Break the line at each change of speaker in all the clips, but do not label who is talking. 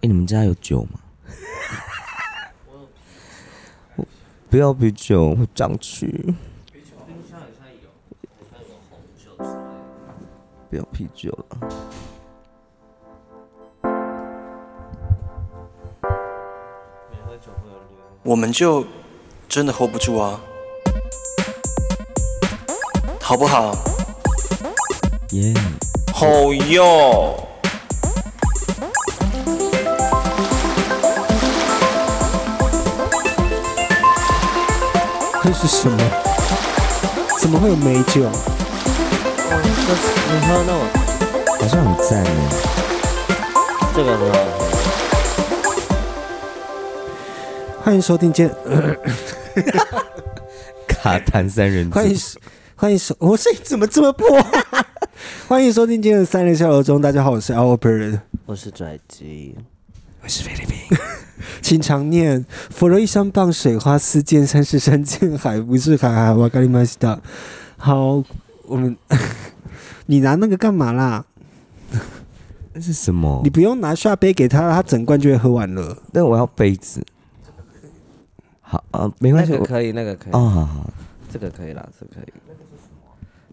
哎、你们家有酒吗？ 我不要啤酒，会胀气。不要啤酒了。
我们就真的 hold 不住啊，好不好？
耶、
好哟。
这是什么？怎么会有美酒？
你喝那我
好像很赞耶。
这个很好喝，
欢迎收听今天，呃
卡弹三人
欢迎收欢迎收，我声音怎么这么破？ 欢迎收听今天的三人笑楼中，大家好，我是 Our Person，
我是拽鸡，
我是菲律宾。 请常念佛罗一香棒水花四溅，三是山见海，不是海海瓦咖喱玛西达。好，我们 你拿那个干嘛啦？
那是什么
你？不用拿下杯给他，他整罐就会喝完了。
那我要杯子。好啊，没
那
关系。
个
我
可以，那个可以，
哦，好好，
这个可以啦，这个可以。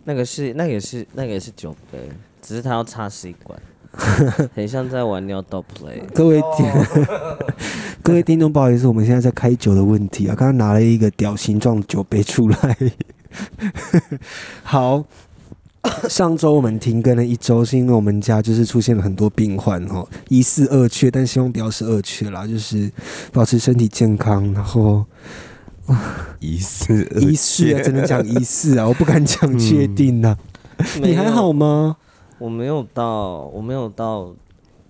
那个是那个也是那个也是酒杯，只是它要插吸 管，很像在玩尿道 play。
各位、各位听众，不好意思，我们现在在开酒的问题啊，刚刚拿了一个屌形状的酒杯出来。好，上周我们停更了一周，是因为我们家就是出现了很多病患哦，疑似恶缺，但希望不要是恶缺啦，就是保持身体健康，然后
疑似
疑似啊，只能讲疑似啊，我不敢讲确定呐、
没
你
有
还好？吗？
我没有到，我没有到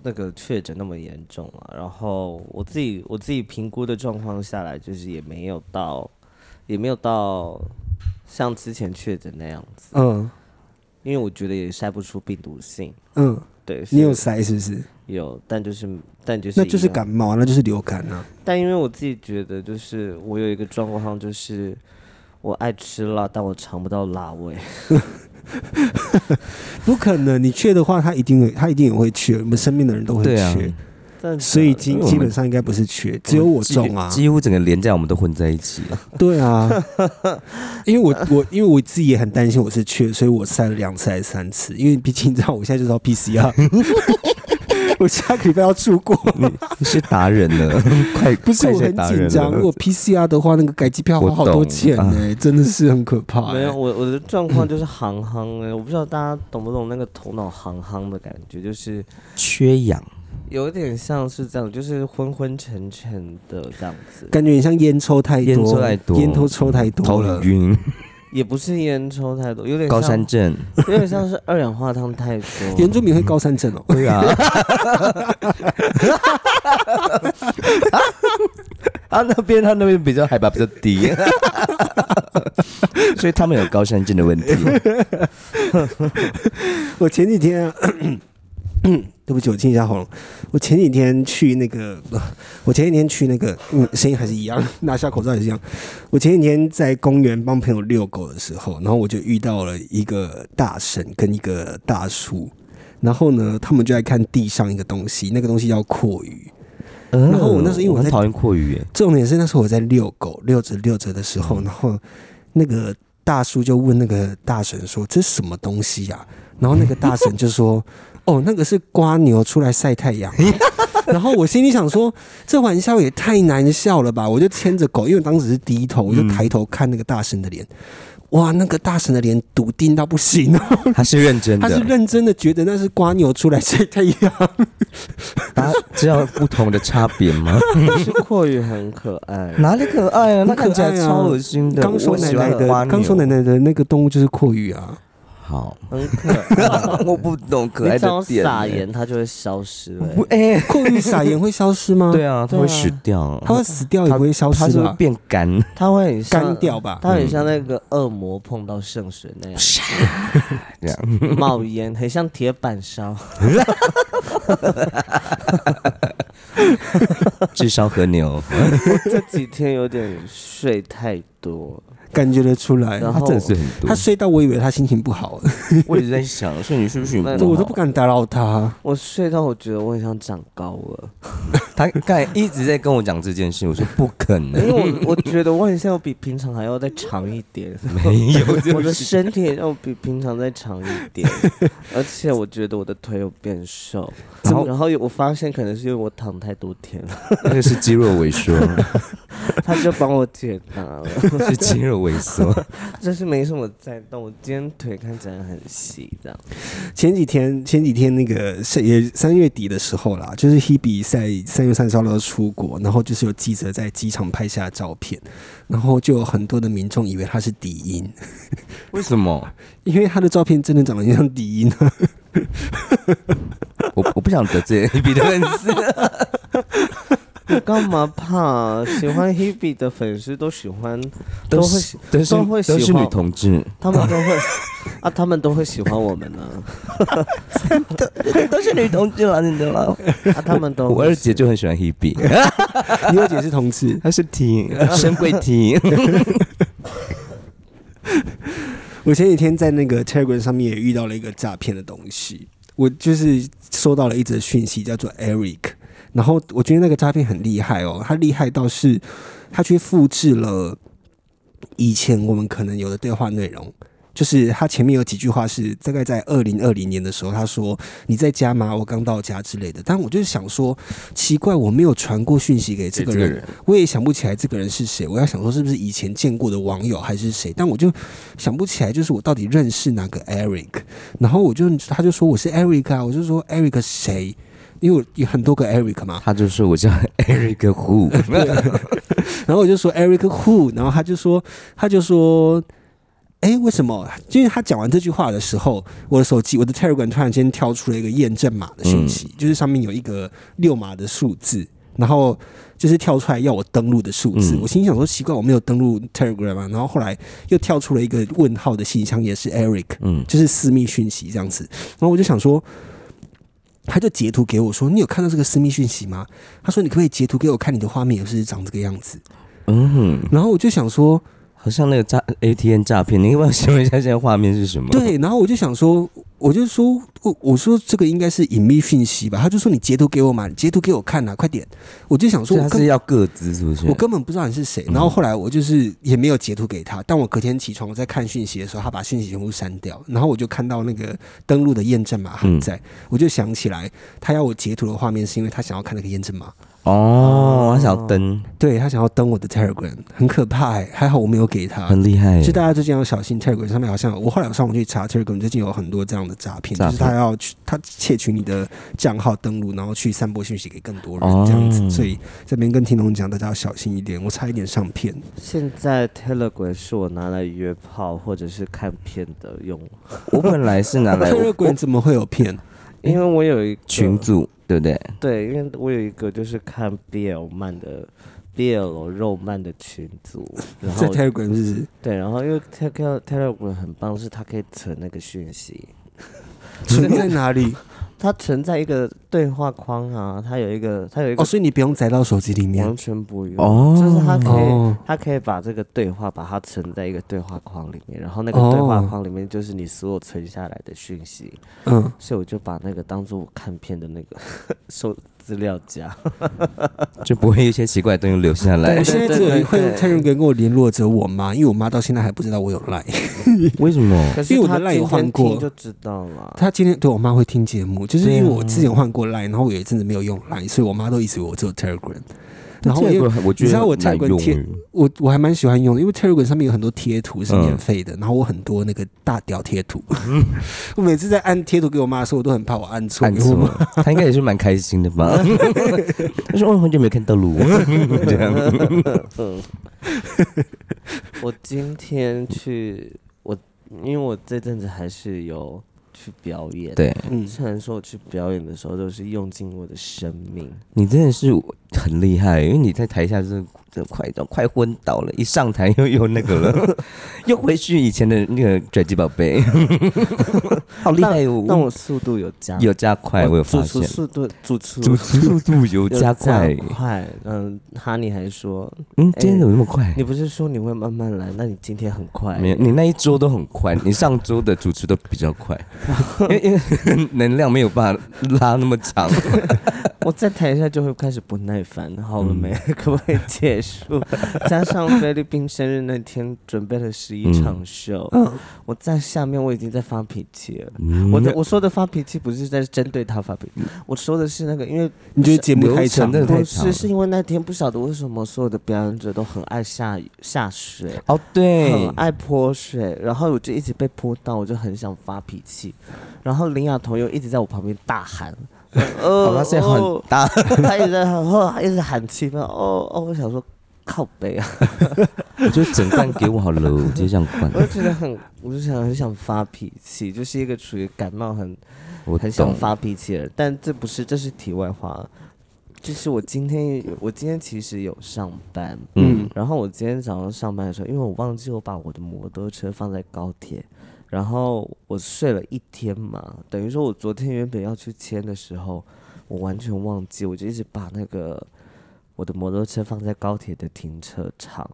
那个确诊那么严重啊。然后我自己我自己评估的状况下来，就是也没有到，也没有到像之前确诊那样子，
嗯
因为我觉得也筛不出病毒性。
嗯，
对，
你有
是
塞是不是？
有，但就是但就是
那就是
一样
感冒啊，那就是流感啊。
但因为我自己觉得，就是我有一个状况，就是我爱吃辣，但我尝不到辣味。
不可能，你缺的话，他一定会，他一定也会缺，我们身边的人都会
对啊，
缺，
但
所以基
因为我们
基本上应该不是缺，只有我中啊，
几乎整个连假我们都混在一起 了。
对 啊，因为我我因为我自己也很担心我是缺，所以我塞了两次还是三次，因为毕竟你知道我现在就是要 PCR，我下个礼拜要出国，
你是达人了，快
不是
快
我
些
很
达
紧
人
张，
了
如果 PCR 的话，那个改机票
我
花好多
懂啊
钱呢、真的是很可怕、
没有，我我的状况就是行行哎、我不知道大家懂不懂那个头脑行行的感觉，就是
缺氧，
有一点像是这样，就是昏昏沉沉的这样子，
感觉你像烟抽太多，
烟抽太多
烟头抽太多
头
了
很，晕，
也不是烟抽太多，有点
高
像
山症。
有点像是二氧化碳太多
原。住民会高山症哦、
对啊， 啊，那边他那边比较海拔比较低，所以他们有高山症的问题。
我前几天、 啊，对不起，我清一下喉咙。我前几天去那个，我前几天去那个，嗯，声音还是一样， 拿下口罩也是一样。我前几天在公园帮朋友遛狗的时候，然后我就遇到了一个大婶跟一个大叔，然后呢，他们就在看地上一个东西，那个东西叫阔鱼。
然
然后我那时候因为我在
很讨厌阔鱼耶，
重点是那时候我在遛狗，遛着遛着的时
嗯
候，然后那个大叔就问那个大婶说：“这是什么东西呀、然后那个大婶就 说：“哦，那个是瓜牛出来晒太阳。”啊 然后我心里想说，这玩笑也太难笑了吧！我就牵着狗，因为当时是低头，
嗯
我就抬头看那个大婶的脸。哇，那个大婶的脸笃定到不行哦，
他是认真
她是
的，
认真的觉得那是瓜牛出来晒太阳。
大家知道不同的差别吗？
但是阔鱼很可爱，
哪里可爱啊？
很
那
可爱啊
看起来超恶心的。
刚说
我
奶
喜
奶
欢
的
花，牛
刚说奶奶的那个动物就是阔鱼啊。
好，
很可 爱。
我不懂可
你
爱
只要
的点耶。
撒盐，它就欸会消 失欸了、
不，哎，
过于撒盐会消失吗？
对，啊，它
对啊
会死掉，
它会死掉也不会消
它
失
是嗯会
吧？
变干。
它会很像
干掉吧？
它很像那个恶魔碰到圣水那样，
这
样冒烟，很像铁板烧。
智商和牛，
这几天有点睡太多，
感觉得出来。
然
他
后
真的是很多
他，睡到我以为他心情不好，
我一直在想，说你是 不是
那
有
嗯
我都不敢打扰他。
我睡到我觉得我很想长高了，
他刚才一直在跟我讲这件事，我说不可
因 为
能，
我我觉得我很像比平常还要再长一点，
没有这
我
种
的
事。
身体要比平常再长一点，而且我觉得我的腿有变瘦，然后然后我发现可能是因为我躺太多天了，
那个是肌肉萎缩，
他就帮我解答了，
是肌肉萎缩。
真是没什么在动，我今天腿看起来很细这样，
前几天前几天那个是也三月底的时候啦，就是 Hebe 在三月三十号要出国，然后就是有记者在机场拍下照片，然后就有很多的民众以为他是迪音，
为什么？
因为他的照片真的长得很像迪音、啊。
我我不想得罪 A B 的粉丝。
我干嘛怕？喜欢 Hebe 的粉丝都喜欢，都会喜
都是
都会喜
都是
欢
女同志，
他们都 会啊，他们都会喜欢我们呢、
都是女同志啦，你知道吗？
啊，他们都
我
会
二
喜
姐就很喜欢 Hebe，
你二姐是同志，
她是 T，深柜 T，
我前几天在那个 Telegram 上面也遇到了一个诈骗的东西，我就是收到了一则讯息，叫做 Eric。然后我觉得那个诈骗很厉害哦，他厉害到是他去复制了以前我们可能有的对话内容，就是他前面有几句话是大概在二零二零年的时候，他说你在家吗？我刚到家之类的。但我就是想说，奇怪，我没有传过讯息给这个人，我也想不起来这个人是谁。我要想说是不是以前见过的网友还是谁，但我就想不起来，就是我到底认识哪个 Eric。然后我就他就说我是 Eric 啊，我就说 Eric 谁？因为我有很多个 Eric 嘛，
她就说我叫 Eric Hu，
然后我就说 Eric Who，然后他就说，他就说，哎，为什么？因为他讲完这句话的时候，我的手机，我的 Telegram 突然间跳出了一个验证码的讯息，就是上面有一个六码的数字，然后就是跳出来要我登录的数字。
嗯
我心想说，奇怪，我没有登录 Telegram 啊。然后后来又跳出了一个问号的信箱，也是 Eric，
嗯，
就是私密讯息这样子。然后我就想说，他就截图给我说：“你有看到这个私密讯息吗？”他说：“你可不可以截图给我看你的画面是不是长这个样子？”
嗯，
然后我就想说，
好像那个诈 ATM 诈骗，你要不要形容一下现在画面是什么？，
对，然后我就想说，我就说，我我说这个应该是隐秘讯息吧？他就说：“你截图给我嘛，你截图给我看啊，快点！”我就想
所
说，
以
我
他
根
是要各自是不是？
我根本不知道你是谁。
嗯
然后后来我就是也没有截图给他，但我隔天起床我在看讯息的时候，他把讯息全部删掉，然后我就看到那个登录的验证码还
嗯
在，我就想起来他要我截图的画面是因为他想要看那个验证码，
哦，他想要登，
对他想要登我的 Telegram，很可怕、欸，还好我没有给他。
很厉害
所以。大家最近要小心 Telegram 上面好像有我后来有上网去查 Telegram 最近有很多这样的诈骗，
诈
就是
骗
他要去他窃取你的账号登录，然后去散播信息给更多人这样子。
哦
所以这边跟听众讲，大家要小心一点，我差一点上骗。
现在 Telegram 是我拿来约炮或者是看片的用，
我本来是拿 来
Telegram 怎么会有骗？
因为我有一个
群，组，对不对？
对，因为我有一个就是看 BL 漫的 BL 肉漫的群组，然
在
后
Telegram 是不是
对，然后因为 Telegram Telegram 很棒，是它可以存那个讯息，
存在哪里？
它存在一个对话框啊，它有一个它有一个
哦，所以你不用载到手机里面
完。全不用，
哦
就是它可以、
哦
它可以把这个对话把它存在一个对话框里面，然后那
哦
个对话框里面就是你所有存下来的讯息，
嗯，
所以我就把那个当做我看片的那个 收资料夹。
就不会有一些奇怪的东西留下来
我。现在只有
对对
会用
对
Telegram 跟我联络着我妈，因为我妈到现在还不知道我有 Line。
为什 么？
可 是
因为我
他
的 LINE
今
换
天
过
听就知道了。
她今天对我妈会听节目，就是因为我之前换过 Line，然后我有一阵子没有用 Line，所以我妈都一直以为我只有 Telegram。然后我又
我觉
你
得
知道我
很难
Telegram
用
贴
欸
我我还蛮喜欢用的，因为 Telegram 上面有很多贴图是
嗯
免费的，然后我很多那个大屌贴图。 我每次在按贴图给我妈的时候，我都很怕我嗯按错，
按
因为我
错
妈，
他应该也是蛮开心的吧？他说：“哦，很久没有看到路， 这样
嗯， 我今天去我，因为我这阵子还是有去表演。，
对
嗯，
虽然说我去表演的时候都是用尽我的生命，
你真的是很厉害，因为你在台下就是就快到快昏倒了，一上台又又那个了，又回去以前的那个拽鸡宝贝，好厉害哦！
但我速度有加，
有加快，我有
主
发
厨
现，
速度，主厨
主速度有
有
加快。
快。嗯，哈尼还说，
嗯，今天怎么那么快？
你不是说你会慢慢来，那你今天很快。
没有，你那一桌都很快，你上桌的主持都比较 快，因为因为能量没有办法拉那么长。
我在台下就会开始不耐烦，好
嗯
了没？ 可不可以结束？ 加上菲律宾生日那天准备了十
嗯
一场秀，我在下面我已经在发脾气了。
嗯
我的我说的发脾气不是在针对他发脾气，我说的是那个，因为
你觉得节目
流
太
程
长
真的太
不
长了
是是因为那天不晓得为什么所有的表演者都很爱下下水。
哦，对
很，爱泼水，然后我就一直被泼到，我就很想发脾气，然后林雅彤又一直在我旁边 大喊，
好
呃，
吧，声音很
哦
大，
他一直在喊，后一直喊气氛，哦哦，我想说靠背啊，
我就整罐给我好了，我直接这样灌。
我就觉得很，我就想很想发脾气，就是一个处于感冒很
我
很想
懂，
发脾气的人，但这不是，这是题外话。就是我今天，我今天其实有上班，
嗯
然后我今天早上上班的时候，因为我忘记我把我的摩托车放在高铁，然后我睡了一天嘛，等于说我昨天原本要去签的时候，我完全忘记，我就一直把那个我的摩托车放在高铁的停车场，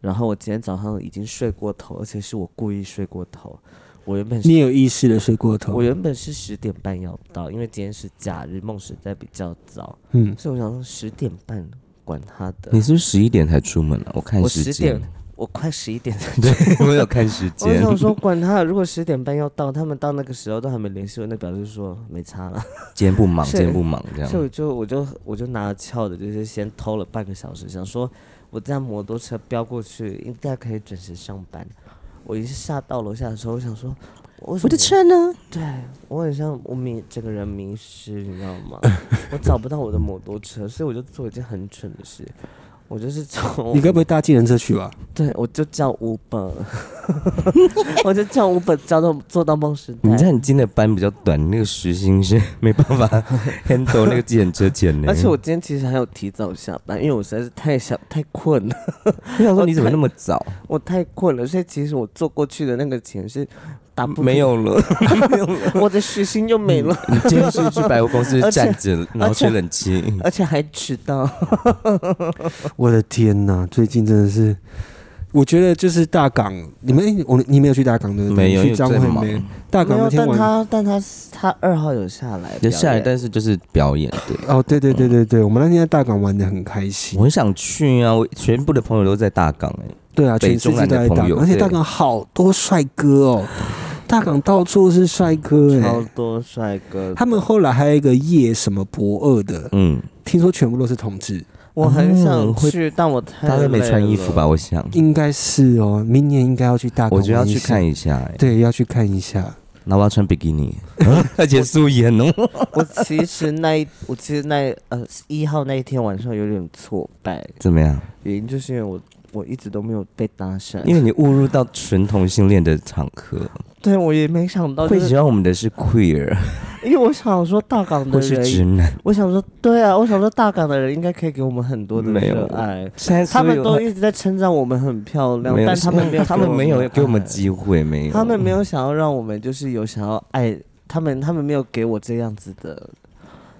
然后我今天早上已经睡过头，而且是我故意睡过头，我原本是
你有意识的睡过头
嗯
我，原本是十点半要到，因为今天是假日，梦实在比较早，
嗯，
所以我想说十点半管他的
你。是不是十一点才出门了、我看
我
时
十
间
点，，我快十一点才
对我有看时
我
间，
想说管他，如果十点半要到，他们到那个时候都还没联系我，那表示说没差了。
今天不忙，
是
今天不忙这
所
样。
以我就我就我就拿了翘的，就是先偷了半个小时，想说我这样摩托车飙过去，应该可以准时上班。我一下到楼下的时候，我想说，我的车呢？对我很像我迷整个人迷失，你知道吗？我找不到我的摩托车，所以我就做一件很蠢的事，我就是
哦
从
你该不会搭计程车去 吧？
对，我就叫 Uber，我就叫 Uber 叫到做到梦时代
你。看你今天的班比较短，那个时薪是没办 法 handle 那个计程车钱呢。
而且我今天其实还有提早下班，因为我实在是太想太困了，
我想说你怎么那么早？
我太困了，所以其实我坐过去的那个钱是打不
没，有了，
我的时薪就没了，
你今天是去百货公 司
而且
站着，然后
而且
吹冷气。
而且还迟到。
我的天呐，最近真的是，我觉觉得就是大港，你们诶我你没有去大港对不对？
没有
你去张
因为
惠
在忙
妹，大
没
港那
有，
天
但
晚
他但他他二号有下来表演，
就下来，但是就是表演。对，
哦，对对对对对，我们那天在大港玩的很开心
我。很想去啊！我全部的朋友都在大港哎、
对啊，
北
全世
中
界
南
都
的
在大
朋友
港，而且
对
大港好多帅哥哦，大港到处是帅哥哎、
超多帅哥。
他们后来还有一个夜什么博二的，
嗯，
听说全部都是同志，
我很
嗯
想
会
去，但我太
大家没穿衣服吧？
累了？
我想，
应该是哦。明年应该要去大港，
我觉得要去看。一下哎、
对，要去看一下。
那我要穿比基 尼，而且素颜哦。
我其实那一我其实那一呃一号那一天晚上有点挫败，
怎么样？
原因就是因为我我一直都没有被搭讪，
因为你误入到纯同性恋的场合，
对我也没想到、
会
就
喜
是，
欢我们的哦是 queer
因为我想说大港的
或是直
人，
男。
我想说对啊，我想说大港的人应该可以给我们很多的
没有
热爱。
现在所
他
有
们都一直在称赞我们很漂亮
没，有
但他们没有，
他们没有给我们
机，
机会，没有。
他们没有想要让我们就是有想要爱他们，他们没有给我这样子的。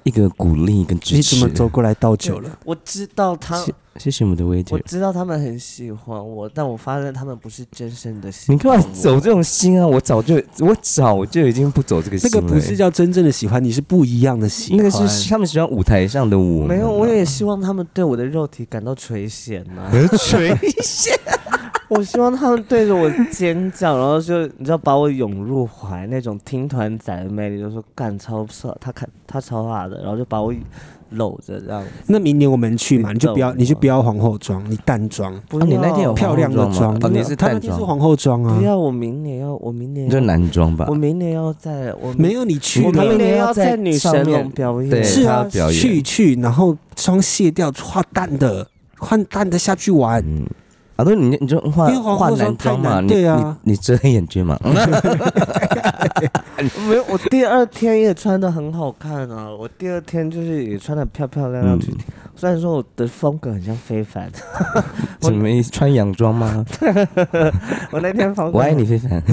一个鼓励跟支
你
持。
怎么走过来倒酒了？
我知道他，
谢谢谢我们的薇姐
我。知道他们很喜欢我，但我发现他们不是真正的喜
你
欢。
干嘛走这种心啊？我早就我早就已经不走这个
那
心了、欸
个不是叫真正的喜欢，你是不一样的喜欢。
那个是他们喜欢舞台上的我们啊，
没有，我也希望他们对我的肉体感到垂涎呐、
垂
我希望他们对着我尖叫，然后就你知道把我拥入怀那种听团仔的魅力，就说干超帅，他看他超辣的，然后就把我搂着这样。啊
那明年我们去嘛，
你
你就不要，
懂吗
你就不要皇后装，你淡妆，
不
啊
要、
你那天有
漂亮的
皇后装
妆
吗。哦你是
他那
淡
天
妆
是皇后装啊
不。要，我明年要，我明年
你就
要，
男装吧
我，明年要在我
没有你去
我
我
了
们
明
明
年
年
要
要在
在女
上
神龙
面
表演。
对
是啊
他表，演
去去，然后妆卸掉，化淡的，换淡的下去玩。
嗯，啊，对，你就你就画
因为皇后
画
装
男装
太
嘛，
难
你
对啊
你你遮黑眼圈 嘛，
没有，我
嗯
第二天也穿的很好看啊，我第二天就是也穿的漂漂亮亮去听，虽然说我的风格很像非凡，
怎么意思穿洋装吗？
我那天风格
我爱你，非 凡。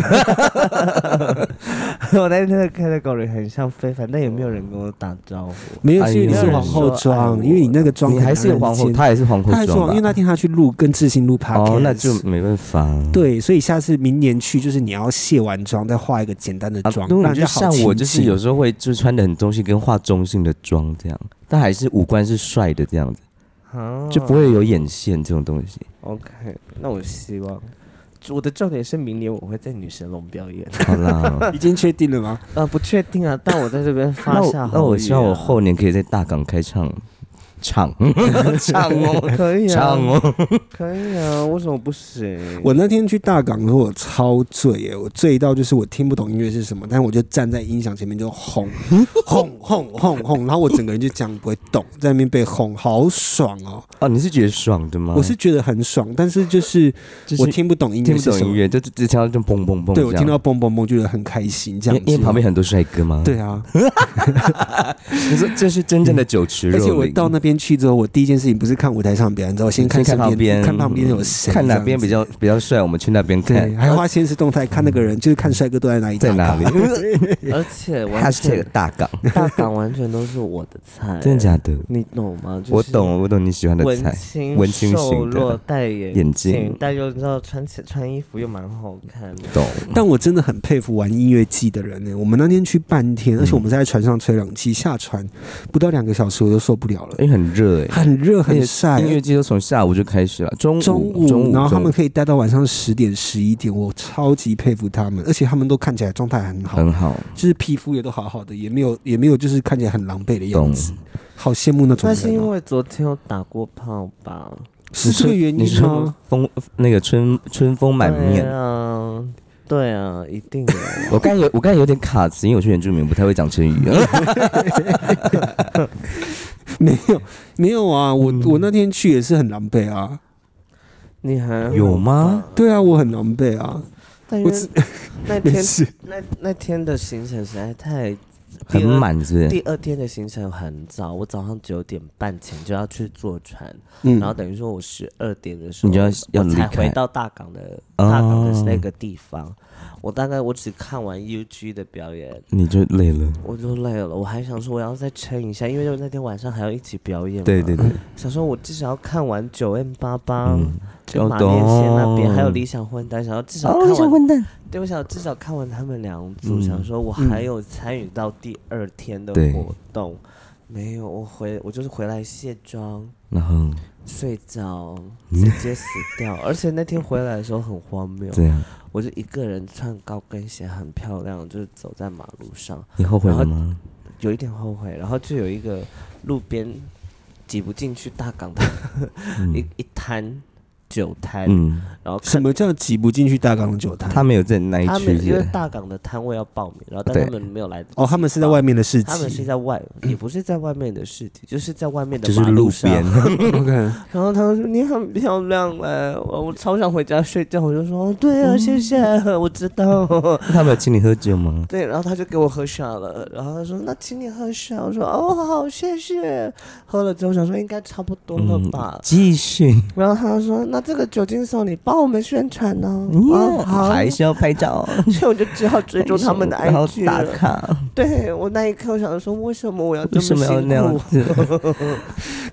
我那天的 category 很像非凡，但也没有人跟我打招呼。
没有，
哎
是因为你
呦
是皇后
哎呦
妆，因为你那个妆
你还是有皇后，他也是皇后
他还说，
装
因为
吧？
那天他去录跟自信录 p o d
哦，那就没办法。
对，所以下次明年去就是你要卸完妆，再化一个简单的
啊，
妆，
因为
让
我
人
就
家
像
好
我，
亲
就是
近
有时候会就穿的很中性，跟化中性的妆这样，但还是五官是帅的这样子，
啊
就不会有眼线这种东西。
OK，那我希望。我的重点是明年我会在女神龙表演，
好 啦，
已经确定了吗？
啊，不确定啊，但我在这边发
那我
下好语啊
那我希望我后年可以在大港开唱，唱唱哦，
可以啊
唱，哦。
可以啊，为什么不行？
我那天去大港的时候，我超醉耶，我醉到就是我听不懂音乐是什么，但我就站在音响前面就 轰轰轰轰轰，然后我整个人就这样不会动，在那边被轰，好爽哦！
哦，你是觉得爽的吗？
我是觉得很爽，但是就是
就是
我听不懂音
听
乐
不
是
懂
什
音
么，
乐，就只只听到这种砰砰砰这样。
对我听到嘣嘣嘣，觉得很开心，这
因
样
为
子
因为旁边很多帅哥吗？，
对啊，
你说这是真正的酒池肉
而
林。
且我到那边去之后，我第一件事情不是看舞台上表演，你知道，我先看
看
身
旁
边，
边，
看旁边有谁，
嗯看哪
这样
边
子
比较比较帅，我们去那边看
对，还花现实动态看那个人，就是看帅哥都在哪里，
嗯在哪 里。。
而且完
这个
全
大港，
大港完全都是我的菜，
真的假的？
你懂吗？就是
我懂，我懂你喜欢的
文
菜，
青
文青型的
瘦弱，戴眼
眼镜
但又知道穿起穿衣服又蛮好看的。
懂。
但我真的很佩服玩音乐季的人呢、欸我们那天去半
嗯
天，而且我们在船上吹冷气，下船不到两个小时我就受不了了，
因为很热哎，
很热很晒。
音乐季都从下午就开始了，中午
中午，
中午，
然后他
中午
们可以待到晚上十点、十一点，我超级佩服他们，而且他们都看起来状态很好，
很好，
就是皮肤也都好好的，也没有也没有就是看起来很狼狈的样
懂。
子，好羡慕那种人、
那是因
哦。
为昨天有打过炮吧？
是
你
这
说
个原
你
因
说
吗？
风那个春春风满
对
面。
啊，对啊，一 定有啊。
我刚有我刚有点卡词，因为我是原住民，不太会讲成 语。
啊
没有没有啊，我、
嗯
我那天去也是很狼狈啊，
你还好
有吗？
对啊，我很狼狈啊，
但因
我
为
只
那
没
天
事。
那那天的行程实在太
很满是不是
第二天的行程很早，我早上九点半前就要去坐船，
嗯
然后等于说我十二点的时候，
你就要要
我
离
才
开
回到大港的大港的那个地方。我大概我只看完 UG 的表演，
你就累了。
我就累了，我还想说我要再撑一下，因为那天晚上还要一起表演嘛。
对 对对，
想说我至少要看完九 M 八八
嗯。
跟
我
马念先那边，还
懂
有
哦
理想混蛋，想要至少看完
混蛋，
对，我想至少看完他们两组，
嗯
想说我还有参与到第二天的
对
活动，没有，我回我就是回来卸妆、
然后
睡觉，
嗯
直接死 掉。而且那天回来的时候很荒谬，
这样，
我就一个人穿高跟鞋，很漂亮，就是走在马路上，
你后悔了
然后
吗？
有一点后悔。然后就有一个路边挤不进去大港的一、一摊酒摊，
嗯，
然后看
什么叫挤不进去大港的酒摊？
他没有在那一
他
区
们因为
的，
大港的摊位要报名，然后但
对
他们没有来得及
哦，他们是在外面的市集，
他们是在外，也不是在外面的市集，就是在外面的
就是
马
路
上
边。
OK，
然后他们说你很漂亮哎、我我超想回家睡觉。我就说哦对
嗯
啊，谢谢，我知道。
他们有请你喝酒吗？
对，然后他就给我喝下了，然后他说那请你喝下，我说哦好，谢谢。喝了之后想说应该差不多了吧，
嗯
啊
继续，
然后他说那这个酒精送你，帮我们宣传呢、哦。好，
还是要拍照，
所以我就只好追踪他 们的
然后
IG
打
了。
卡。
对我那一刻我想说，为什么我要这
为什么要
辛
那样
苦？
子？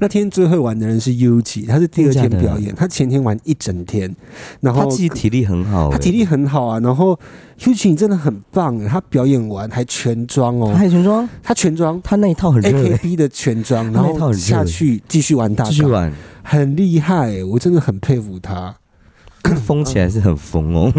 那天最会玩的人是 U G，他是第二天表演，他前天玩一整天，然
他
后
自己体力很好欸，
他体力很好啊，然后 U G 你真的很棒，他表演完还全装
他
哦，
还全装，
他全装
他那一套很
A
热
K
欸，
B 的全装，
那
然
一套
后
很热
下去继续玩大
继续
港，
玩，
很厉害欸，我真的很佩服他。
疯起来是很疯哦。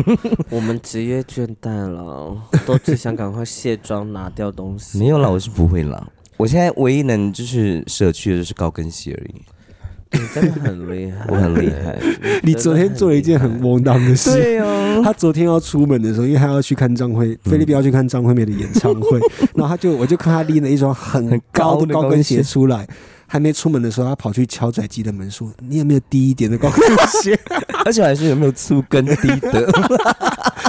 我们职业倦怠了，都只想赶快卸妆拿掉东 西。
没有啦，我是不会啦。我现在唯一能就是舍去的就是高跟鞋而已。
你真的很厉害，
我很厉 害。
你昨天做了一件很
我
窝囊的事。
对哦， 嗯
他昨天要出门的时候，因为他要去看张惠，菲律宾要去看张 惠妹的演唱会，然后他就我就看他拎了一双很
很
高
高
的
的高
高跟
跟
鞋
鞋
出来，还没出门的时候，他跑去敲拽鸡的门说：“你有没有低一点的高跟鞋？
而且还是有没有粗跟低的？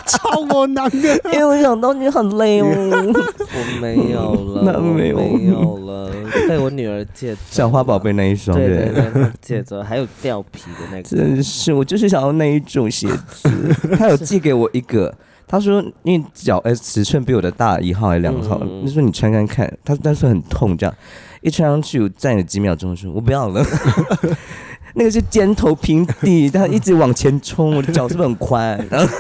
超我男的。
因为我想到你很累哦。
我没有了，
那
我
没
没
有
有了，被我女儿借走 了
小花宝贝那一双，
对
对
对对，那借走了还有掉皮的那个，
真 是，我就是想要那一种鞋 子。他有寄给我一个，他说因为脚呃尺寸比我的大一号还两号，
嗯
他说你穿看看，他但是很痛，这样一穿上去，我站了几秒钟，说我不 要了。那个是尖头平底，他一直往前冲，我的脚是不是很 宽？然后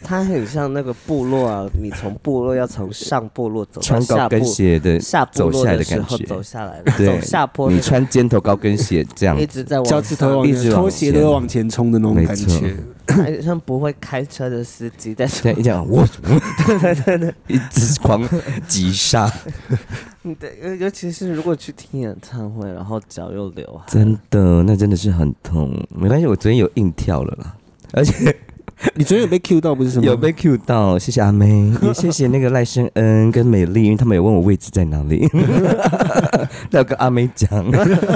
它很像那个部落啊，你从部落要从上部落走到
穿
下
高
部
跟鞋的，
下部
走
落
下来的
时
感
候
觉
走下来，
对
走下坡哎
你
那个
穿尖头高跟鞋这样
一，直在往
脚趾头往
一直
前，
往
拖鞋
前啊
都要往前冲的那种
没
感
错
觉。
上，像不会开车的司机，但
这
是
样一讲我， 一直狂急刹，
你的尤尤其是如果去听演唱会，然后脚又流汗，
真的，那真的是很痛。没关系，我昨天有硬跳了啦，而且
你昨天有被 Q 到不是吗？
有被 Q 到，谢谢阿 妹，也谢谢那个赖声恩跟美丽，因为他们也问我位置在哪 里，那我跟阿妹讲。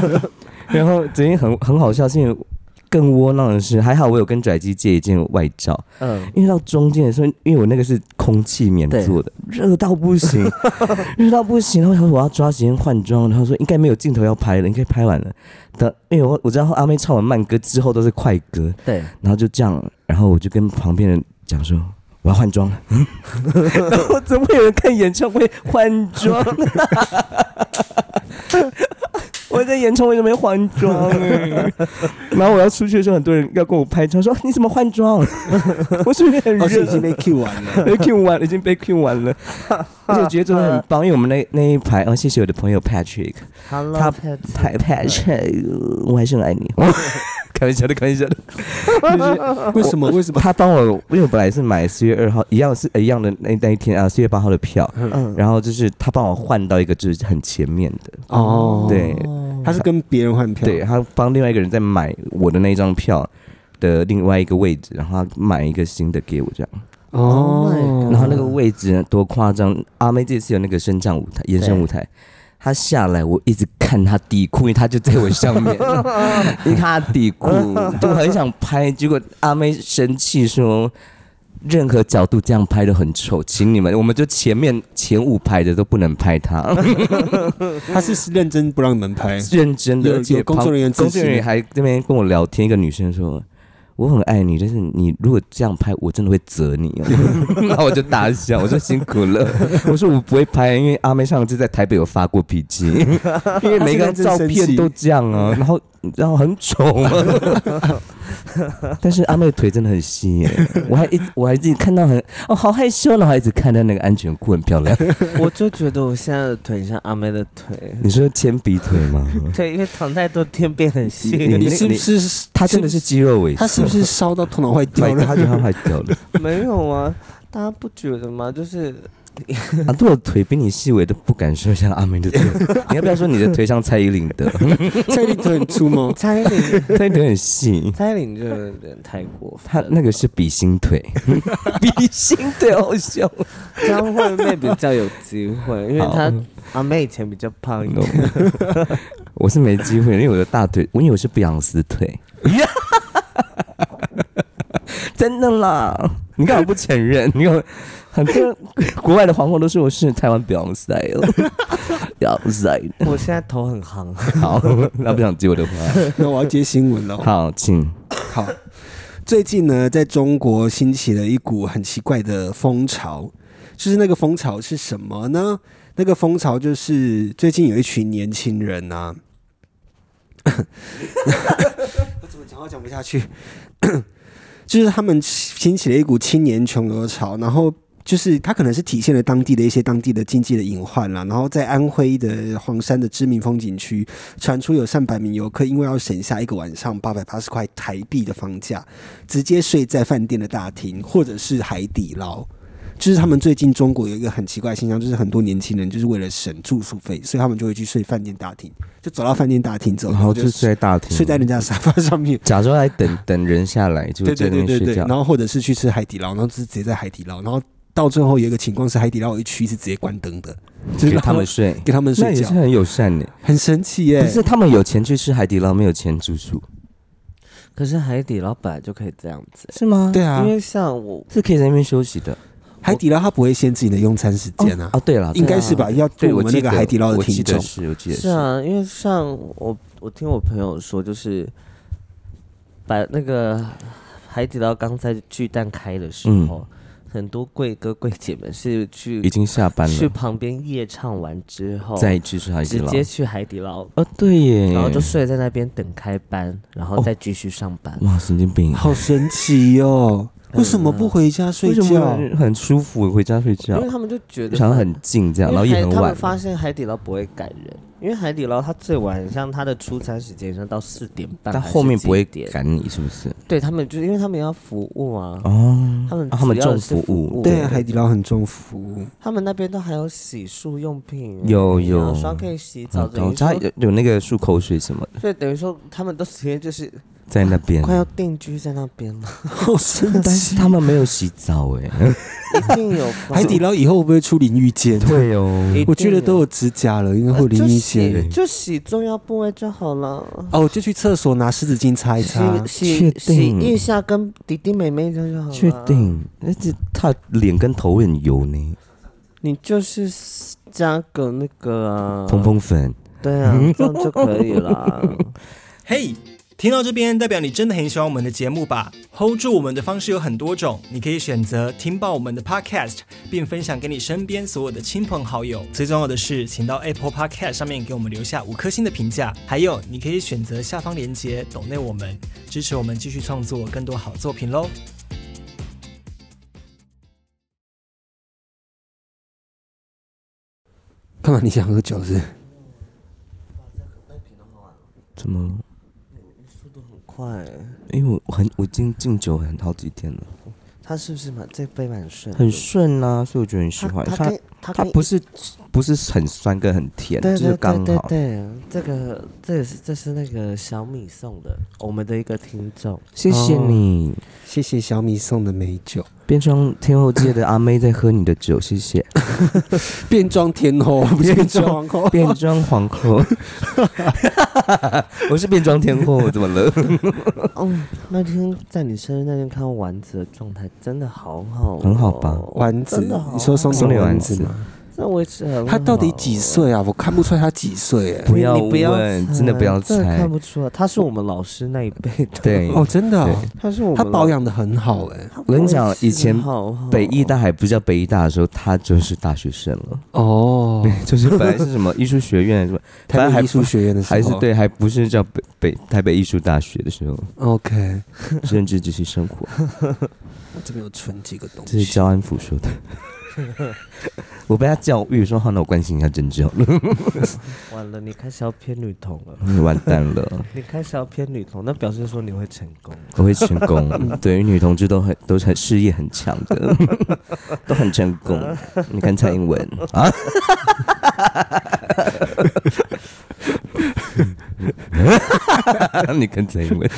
然后昨天很很好笑，是因为更窝囊的是，还好我有跟拽鸡借一件外罩，
嗯，
因为到中间的时候，因为我那个是空气棉做的，热到不 行，热到不行。然后我想说我要抓时间换装，然后说应该没有镜头要拍了，应该拍完了。等因为我我知道阿妹唱完慢歌之后都是快歌，
对，
然后就这样，然后我就跟旁边人讲说。我要换装了， 然后怎么会有人看演唱会换 装？我在演唱会都没换装、欸，然后我要出去的时候，很多人要跟我拍照，说哦你怎么换装？我是不哦是很热？
而哦且已经被 Q 完了。
被 Q 完，已经被 Q 完 了。而且我觉得真的很棒，因为我们那那一排，哦，谢谢我的朋友 Patrick，
Hello，
他
Patrick
拍 Patrick，我还是很爱你。 开玩笑的，开玩笑的。
为什么？为什么？
他帮我，因为我本来是买四月二号一样是呃一样的那那一天啊，四月八号的票，
嗯，
然后就是他帮我换到一个就是很前面的，
哦，
对
他是跟别人换票。
对，他帮另外一个人在买我的那一张票。的另外一个位置，然后他买一个新的给我，这样。
哦
Oh my god
然后那个位置呢多夸张！阿妹这次有那个升降舞台、延伸舞台，她下来我一直看她底裤，因为她就在我上面，你看她底裤，就很想拍。结果阿妹生气说，任何角度这样拍都很丑，请你们，我们就前面前五排的都不能拍她，
他是认真不让你们拍。
认真的。
有
而且
有工作人员
旁工作人
支持
员
你
还这边跟我聊天，一个女生说。我很爱你，但是你如果这样拍，我真的会责你、哦。 然后我就大笑，我说辛苦了。我说我不会拍，因为阿妹上次在台北有发过脾 气， 因为每张照片都这样啊，然后然后很丑嘛。 但是阿妹的腿真的很细耶，我还一直我还自己看到很哦好害羞，然后还一直看她那个安全裤很漂亮。
我就觉得我现在的腿像阿妹的 腿，
你说铅笔腿 吗？
对，因为躺太多天变 很
你
细，
你是不是
她真的是肌肉萎缩，
他是不是烧到头脑坏掉
坏
了？
她 就她坏掉 了。
没有啊，大家不觉得吗？就是
啊，对我腿比你细，我都不敢说像阿妹 的腿。你要不要说你的腿像蔡依林的？
蔡依林腿很粗吗？
蔡依林，
蔡依林很细，
蔡依林就有点太过
她
分了，
那个是比心 腿，比心腿好笑。
张惠妹比较有机会，因为
好
她阿妹以前比较胖一点，
我是没机会，因为我的大腿，因为我是碧昂斯腿。 真的啦，你干嘛不承认？你有很多国外的皇后都说我是台湾碧昂斯 style，碧昂斯 style。
我现在头很夯。
好，那不想接我的话。
那我要接新闻了。
好，请。
好，最近呢，在中国兴起了一股很奇怪的风潮，就是那个风潮是什么呢？那个风潮就是最近有一群年轻人啊，我怎么讲话讲不下去？ 就是他们兴起了一股青年穷游潮，然后。就是它可能是体现了当地的一些当地的经济的隐患啦，然后在安徽的黄山的知名风景区，传出有上百名游客因为要省下一个晚上八百八十块台币的房价，直接睡在饭店的大厅或者是海底捞。就是他们最近中国有一个很奇怪的现象，就是很多年轻人就是为了省住宿费，所以他们就会去睡饭店大厅，就走到饭店大厅之后，
然后
就
就睡在大厅，
睡在人家的沙发上面，
假装来 等等人下来，就
对
在
对
那边
对对
睡
对，
觉
然。后或者是去吃海底捞，然后直接在海底捞，然后。到最后有一个情况是海底捞有一区是直接关灯的，就是
给
让
他们睡，
给他们
那
睡
也
觉
是，很友善的。
很神奇耶、
不是他们有钱去吃海底捞，没有钱住宿，
可是海底捞本来就可以这样子、
是吗？
对啊
因，为像我
是可以在那边休息的。
海底捞它不会限制你的用餐时间啊，
哦，对了，
应该是吧？要对
对，
我们那
记
个
得
海底捞的
我记
听
得
众，
是，我记得
是
是。
啊，因为像我我听我朋友说，就是把那个海底捞刚在巨蛋开的时
嗯
候，很多贵哥贵姐们是去
已经下班
去
了，
旁边夜唱完之后，
再去吃海底
直
捞。
接去海底捞，
哦，对耶，
然后就睡在那边等开班，然后再继续上班。
哇，嗯神经病，
好神奇哦！为什么不回家睡
为什
觉？
么很舒服？回家睡
因
觉
为，他们就觉得
啊想要
反
很近这样，
因
然后
为
也
海
很
他
晚
们。发现海底捞不会赶人，因为海底捞它最晚像它的出餐时间是到四点半，
但后面不会
点。
赶你，是不是？
对他们就是因为他们要服务啊，
哦，
他们
啊他们
主要
重
的是
服务，
对啊，海底捞很重服 务，
他们那边都还有洗漱用品，
有嗯
你要
有
刷可以洗澡，
很
等
高，
于
他
说，
有有那个漱口水什么的
所以等于说他们都直接就是
在那边，
快要定居在那边了，
好 神
但
奇！
是他们没有洗澡 哎，
一定 有吧呃
海底捞以后会不会出淋浴间？
对哦
一定
我觉得
有
都有指甲了，应该会淋
就
浴
洗
间。
就洗重要部位就好了。
哦，就去厕所拿湿纸巾擦一擦。
洗
确
洗洗
定
一下，跟弟弟妹妹这样就好了。
确，定？那这啊他脸跟头会很油呢，
你就是加个那个啊，
蓬蓬粉。
对啊，
嗯
这样就可以了。
嘿听到这边，代表你真的很喜欢我们的节目吧？Hold 住我们的方式有很多种，你可以选择听爆我们的 Podcast，并分享给你身边所有的亲朋好友。最重要的是，请到 Apple Podcast 上面给我们留下五颗星的评价。还有，你可以选择下方链接抖内我们，支持我们继续创作更多好作品喽。
干嘛？你想喝酒是不 是？
怎么了？
快，
因为我很我已经敬酒很好几天了，
嗯他是不是蛮这杯蛮顺的？
很顺啊，所以我觉得很喜
他
欢
他
它
跟。他
它
跟
不是不是很酸跟很甜，
对
就
对
是
对
刚
对
好。
对，这个这也是这是那个小米送的，我们的一个听 众。
谢谢
哦
你，
谢谢小米送的美酒，
变装天后界的阿妹在喝你的酒，谢 谢。
变装天后 不是变装皇后。
变装皇后， 我是变装天后，怎么了？
嗯，那天在你生日那天看到丸子的状态，真的好好、哦
很好吧
丸子
真的
哦
好，
你说松
松
的
柳
丸
丸
子
子
吗？
这维持很好
他到底几？岁啊？我看不出来他几岁哎。
不要
你不要
问
猜
真的不要
真的
猜
看不出来。他是我们老师那一辈的，
对
哦，真的哦，
对
他是我
他
们
保
老，
养的很好哎。
他
我跟你讲
维持
以前
好好
北艺大还不叫北艺大的时候，他就是大学生了，
哦，
就是本来是什么艺术学院 什么，
台
反正
北
还
艺术学院的时候
还是。对，还不是叫北北台北艺术大学的时 候，
OK，
认知只是生活，
我这边有存几个 东
这是
西。
焦安甫说的。 我被他教育说好，那我关心一下政治好了，
完了，你开始要偏女童了，
完蛋了，
你开始要偏女童，那表示说你会成功。
我会成功。对于女同志都很都是很事业很强的，都很成功。你看蔡英文啊， 你看蔡英文，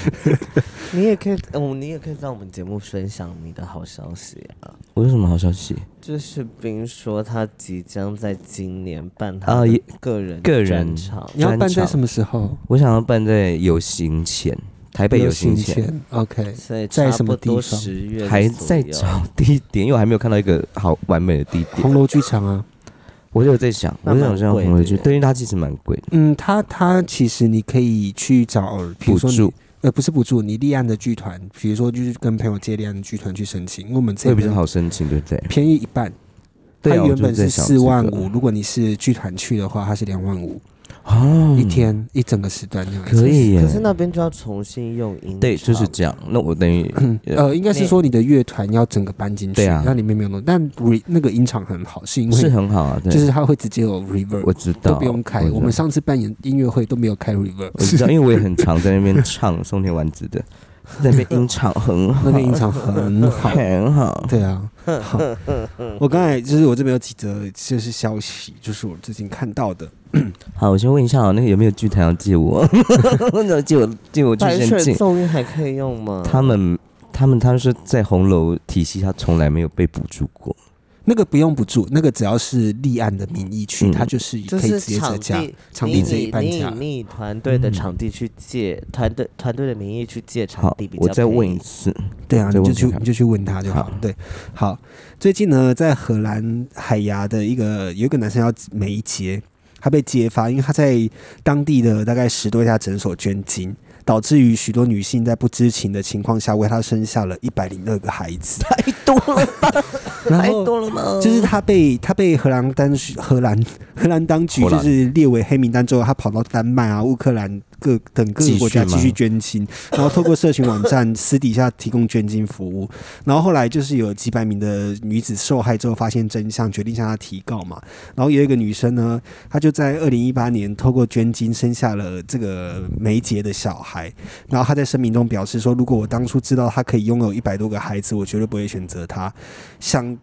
你也可以，我、嗯你也可以在我们节目分享你的好消息啊。
我有什么好消息？
就是冰说他即将在今年办
啊
他的
也
个人
个人
专场，
你要办在
专场
什么时候？
我想要办在游行前，台北游行前。
前。OK，
所以
在
差
什么
不多
地方
十月左右
还在找地点，因为我还没有看到一个好完美的地 点。
红楼剧场啊。
我就有在想，
那
我就想
蛮
像
贵
红楼
的
区，
耶
对，因为它其实蛮贵的，
嗯，他他其实你可以去找，比如
补
说你
助
呃不是补助，你立案的剧团，比如说就是跟朋友借立案的剧团去申请，因为我们这
会比
边
较好申请，对不对？
便宜一半。
对啊
它
我
原
就
本
在
是
想
四
这
万
个
五，如果你是剧团去的话，它是两万五
哦
一天一整个时段这样子。
可以耶
可，是那边就要重新用音场，
对，就是这样。那我等 于
呃，应该是
那
说你的乐团要整个搬进去，
对啊
那里面没有弄，但 re, 那个音场很好，是因
是
为
很好啊，对，
就是它会直接有 reverb，
我知道，
都不用开。我们
知道
上次办演音乐会都没有开 reverb，
我知道，因为我也很常在那边唱松田丸子的，在 那边音场很好，
那边音场很好。
很
哦
好，
对啊， 好我刚才就是我这边有几则就是消息，就是我最近看到的。
好，我先问一下，哦那个有没有剧团要借我？ 那借我借我去
白
申
水
请？
奏音还可以用吗？
他们他们他们说在红楼体系，他从来没有被补助过。
那个不用补助，那个只要是立案的名义去，
嗯
它就是可
就
以直
是
接折
场
价
地，，
场
你
地直接
以
半
你以
价。
你以团队的场地去借，团队团队的名义去借场
好
地比，较
我再
便
问
宜
一次，
对啊，
再
你
问
就去
看看
你就去问他就好。
好
对，好。最近呢，在荷兰海牙的一个有一个男生要梅杰，他被揭发，因为他在当地的大概十多家诊所捐精，导致于许多女性在不知情的情况下为他生下了一百零二个孩 子。
太多了吧，
然
太
后
多了吗？
就是他被他被荷兰当局荷兰荷兰当局
荷
就
兰
是列为黑名单之后，他跑到丹麦啊、乌克兰各等各
继
个
续
国家继续
吗
捐精，然后透过社群网站私底下提供捐精服务。然后后来就是有几百名的女子受害之后发现真相，决定向他提告嘛。然后有一个女生呢，她就在二零一八年透过捐精生下了这个梅杰的小孩。然后她在声明中表示说：“如果我当初知道她可以拥有一百多个孩子，我绝对不会选择她。”想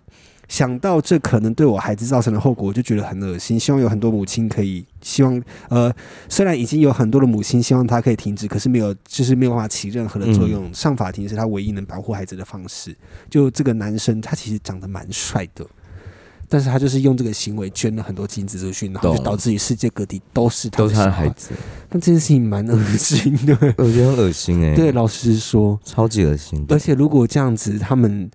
想到这可能对我孩子造成的后果，我就觉得很恶心。希望有很多母亲可以，希望呃，虽然已经有很多的母亲希望她可以停止，可是没有，就是没有办法起任何的作用。上法庭是他唯一能保护孩子的方式。就这个男生，他其实长得蛮帅的。但是他就是用这个行为捐了很多精子出去，然后就
懂
导致于世界各地都是他
都
的
是他
小
的
孩
孩。子，
但这件事情蛮恶心的。
我觉得很恶心哎，
对，，老实说，
超级恶心的
而，且如果这样子，他们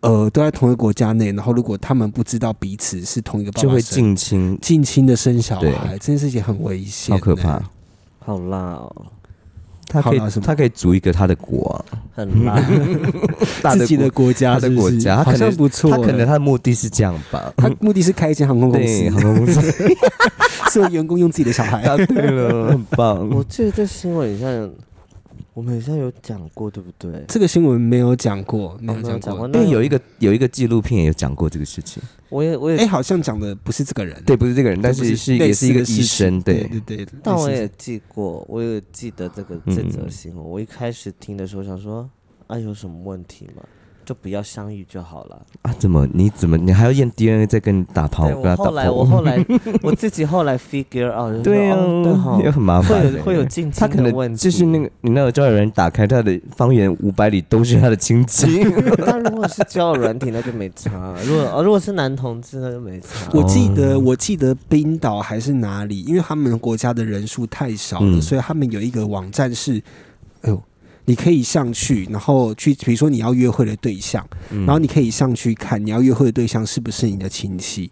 呃都在同一个国家内，然后如果他们不知道彼此是同一个爸爸
就会
生
近亲，
近亲的生小
对
孩，这件事情很危险、
好
欸
可怕。。
好辣哦，
他可以
好啦什，么
他可以组一个他的国啊，
很辣，
大
自己
国
的国家
他的
是不是
国家他可
好
能
像不错欸。
他可能他的目的是这样吧，
他目的是开一间航空公司
对，，航 空公司
所以员工用自己的小 孩。
答对了，很
我
棒。
记得在新闻上，我们好像有讲过，对不对？哦
这个新闻没有讲过，没有
没有
讲
讲
过
过。
因为
那
哦哎有一个有一个纪录片也有讲过这个事情，
我也我也
哎、好像讲的不是这个人，
对，不是这个人，但
这不
是是
类
也
似
是一个
的事
医
情
生，
对
对，
对对。
但我
类似
也记过，我也记得这个
嗯
这则新闻。我一开始听的时候想说，啊，有什么问题吗？就不要相遇就好了。
啊，怎么你怎么你还要验 DNA 再跟你打炮，
对
跟他打
我后来，
炮？
我后来我自己后来 figure out，就说
对啊
哦对吼，
也很麻烦
会
欸
有会有近
他
亲
可
的问
能
题。
就是那个，你那个交友人打开他的方圆五百里都是他的亲戚，
但如果是交友软体，那就没差。如果哦，如果是男同志，那就没差。
我记
哦
得，我记得冰岛还是哪里，因为他们国家的人数太少了，
嗯
所以他们有一个网站是，哎呦，你可以上去，然后去，比如说你要约会的对象，
然
然后你可以上去看你要约会的对象是不是你的亲戚，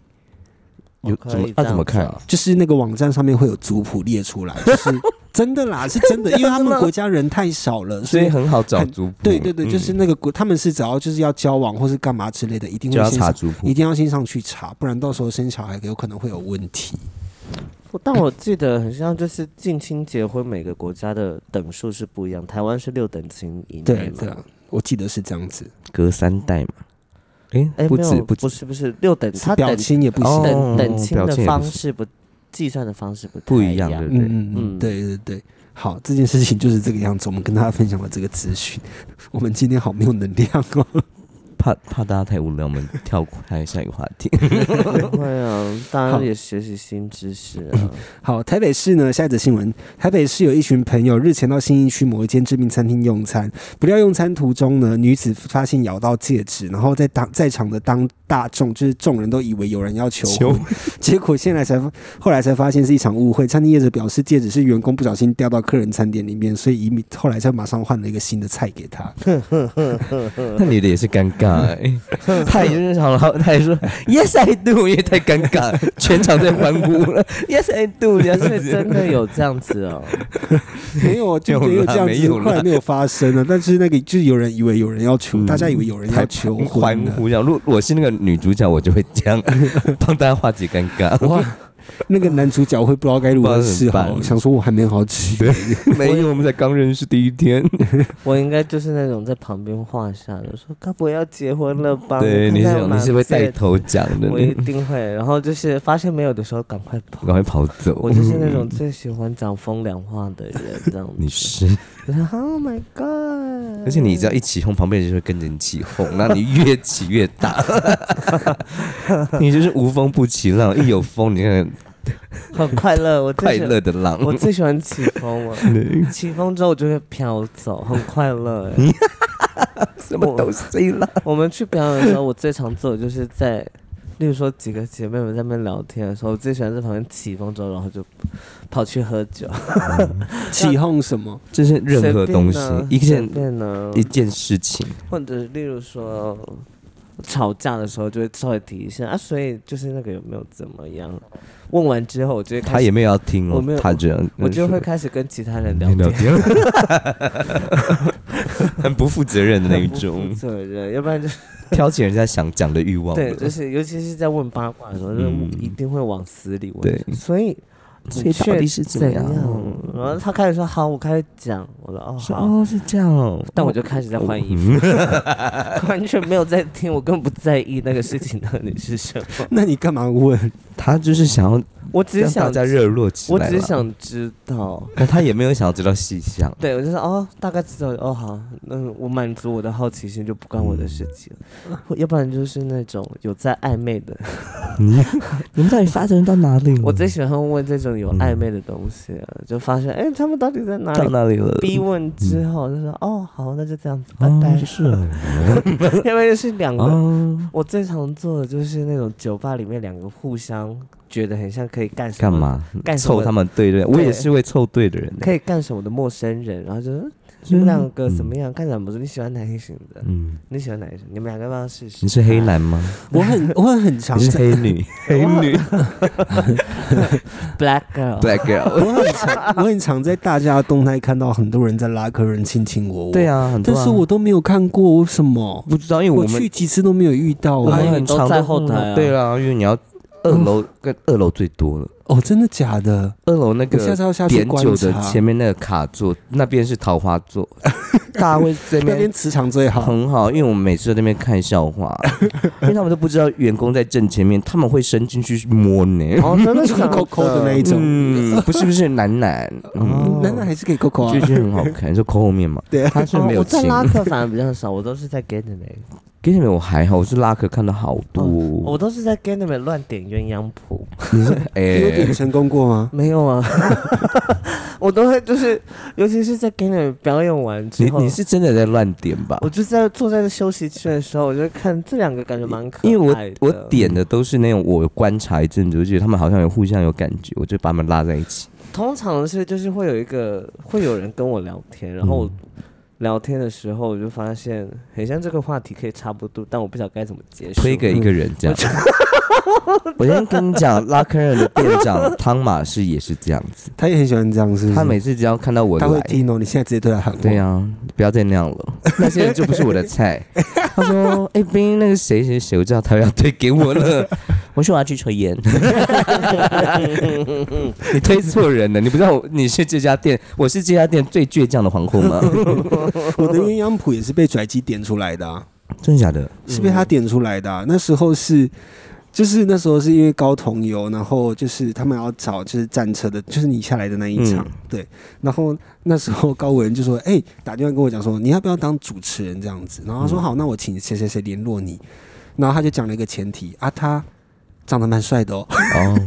有
可
怎么
以
那
这
怎么
样子
看
啊？
就是那个网站上面会有族谱列出 来，就是真的啦，是真的，因为他们国家人太 少了，
所
所
以
以。
很好找
很
族谱，
对对对，
嗯
就是那个国，他们是只要就是要交往或是干嘛之类的，一定会
就要
先
查
上，
族谱
一，定要先上去查，不然到时候生小孩有可能会有问题。
我但我记得很像，就是近亲结婚，每个国家的等数是不一样。台湾是六等亲以内
对
嘛
对啊，我记得是这样子，
隔三代嘛，
哎，
哎，不
没
止
有
不止
不是不是六等，他
表
等
亲也不行。
哦
等等亲
表
的
情也不
方
是
式不计算的方式不
不
太
一
样
样，对不对？
嗯嗯嗯，
嗯
对对对。好，这件事情就是这个样子。我们跟大家分享了这个资讯。 我们今天好没有能量哦。
怕怕大家太无聊，我们跳过下下一个话题。
不会啊，大
好
家也学习新知识啊。
好，台北市呢，下一则新闻：台北市有一群朋友日前到新义区某一间知名餐厅用餐，不料用餐途中呢，女子发现咬到戒指，然后在当在场的当大众，就是众人都以为有人要求婚， 结果现在才发后来才发现是一场误会。餐厅业者表示，戒指是员工不小心掉到客人餐点里面，所以以免后来才马上换了一个新的菜给 他。
那女的也是尴尬、欸，嗯 她也是好了，她也说 Yes I do，因为太尴 尬，全场在欢呼了 Yes I do，这
但
样
是
子
真的有这样子哦，
没有，啊就
没
没
有
有
啦
这样
没
子，
有啦
后来没有发生啊了。但是那个就是有人以为有人要求，
嗯
大家以为有人要求
欢
婚了。啊
呼这样。如果我是那个女主角，我就会这 样帮大家化解尴尬。
哇，那个男主角会不知道该如何是
不知道怎么
好，
办
想说我还没有好起。
没有，我们才刚认识第一天。
我应该就是那种在旁边画下的，说该不会要结婚了吧？
对，
我看
你
看
是
有
你
哪
是会带
些
头讲的，
我一
你
定会。然后就是发现没有的时候赶快跑
赶。快跑走。
我就是那种最喜欢讲风凉话的人，这样子。
嗯你是，
我说 Oh my God！
而且你只要一起哄，旁边人就会跟着你起哄， 那你越起越 大，你就是无风不起浪，一有风你看
很快乐，我
快
最喜
乐的浪。
我最喜欢起风了。起风之后我就会飘走，很快乐、欸。
什么东西啦？
我们去表演的时候，我最常做的就是在，例如说几个姐妹们在那边聊天的时候，我最喜欢在旁边起风之后，然后就跑去喝酒，
起哄什么？
就是任何东西，一
见
件
面呢，
一件事情，
或者例如说吵架的时候，就会稍微提一下啊，所以就是那个有没有怎么样？问完之后，我就会开
他
始，
也没有要听
我
哦
没有，
他这样，
我就会开始跟其他人聊
聊
天。
天，很不负责任的那一
很不
种
负，责任，要 不然就是
挑起人家想讲的欲望了。
对，就是尤其是在问八卦的时候，就是
哦嗯
一定会往死里问。
对
所以
所以到底是怎么
怎
样？
然后他开始说好，我开始讲，我说哦
说
好，
哦，是这样哦，
但我就开始在换衣服，
嗯
完全没有在听，我根本不在意那个事情到底是什么，
那你干嘛问？
他就是想要
我只是
让大
想
家热络起
我
来啦，
只是想知道。
但哎他也没有想要知道细项。
对，我就说哦，大概知道哦，好，那我满足我的好奇心，就不干我的事情
嗯
了。或要不然就是那种有在暧 昧的，
你你们到底发展到哪里了？
我最喜欢问这种有暧昧的东西了，就发现哎、他们到底在哪
到
里？
哪里了？
逼问之后
嗯
就说哦，好，那就这样子，拜
哦
拜。
是啊，
要不然就是两个
哦，
我最常做的就是那种酒吧里面两个互相觉得很像可以干什
干
么、
嘛？
干什么
凑他们队对，我也是会凑队的人。
可以干什么的陌生人，然后就说你们两个怎么样，干什么？你喜欢哪一型的？
嗯，
你喜欢哪一型？你们两个要不要试试？
你是黑男吗？
我 很我很常
你是
在，
黑女？啊 黑女
black girl，
，black girl。
我很常我很常在大家的动态看到很多人在拉客人亲亲我我。
对，啊，很多
但
啊
是我都没有看过，为什么？
不知道，因为
我
我们
去几次都没有遇到
我
哎、
们
哎
很
你都
常
在
都
后台啊
对啦，因为你要二楼跟二楼最多了，
哦，真的假的？
哦二楼那
我下
个
次要下去
点
观
酒的
察。
前面那个卡座，那边是桃花 座，大家会在那
那
边
边磁场最 好，
很好，因为我们每次都在那边看笑话，因为他们都不知道员工在正前面，他们会伸进去摸呢。
哦，真的
就是
假
抠抠的那 一种。
嗯，不是不是，男男，嗯，
男的还是可以抠抠啊
就，就很好看，就抠后面嘛，
对啊，
他是
哦
没有
我在
亲，
拉客反而比较少，我都是在 gay 的 那
跟你们我还好，我是拉客看到好
我
多，
都是在 gay 那边乱点鸳鸯谱。
你有点
哎，
成功过吗？
没 有啊， 我都会就是，尤其是在 gay 那边表演完之
你
后，
你是真的在乱点吧？
我就在坐在休息区的时候，我就看这两个感觉蛮可爱的。
因为我我点的都是那种我观察一阵子，我觉得他们好像有互相有感觉，我就把他们拉在一起。
通常是就是会有一个会有人跟我聊天，然
嗯
后我聊天的时候我就发现很像这个话题可以差不多，但我不晓得该怎么结束。
推给一个人这样。我先跟你讲，拉客人的店长汤马士也是这样子，
他也很喜欢这样，是不是？
他每次只要看到我
他会
来，
听哦，你现在直接对他喊话
对啊，不要再那样了，那些人就不是我的 菜。他说：“哎、冰，那个谁谁谁，我知道他要推给我了。” 我说：“我要去抽烟。” 你推错人了，你不知道我你是这家店，我是这家店最倔强的皇后吗？
我的鸳鸯谱也是被拽机点出来的、啊，
真的假的？
是被他点出来的啊、那时候是，就是那时候是因为高同游，然后就是他们要找就是战车的，就是你下来的那一场，
嗯
对。然后那时候高文就说：“哎、打电话跟我讲说你要不要当主持人这样子。”然后他
嗯
说：“好，那我请谁谁谁联络你。”然后他就讲了一个前提啊，他长得蛮帅的哦。
哦，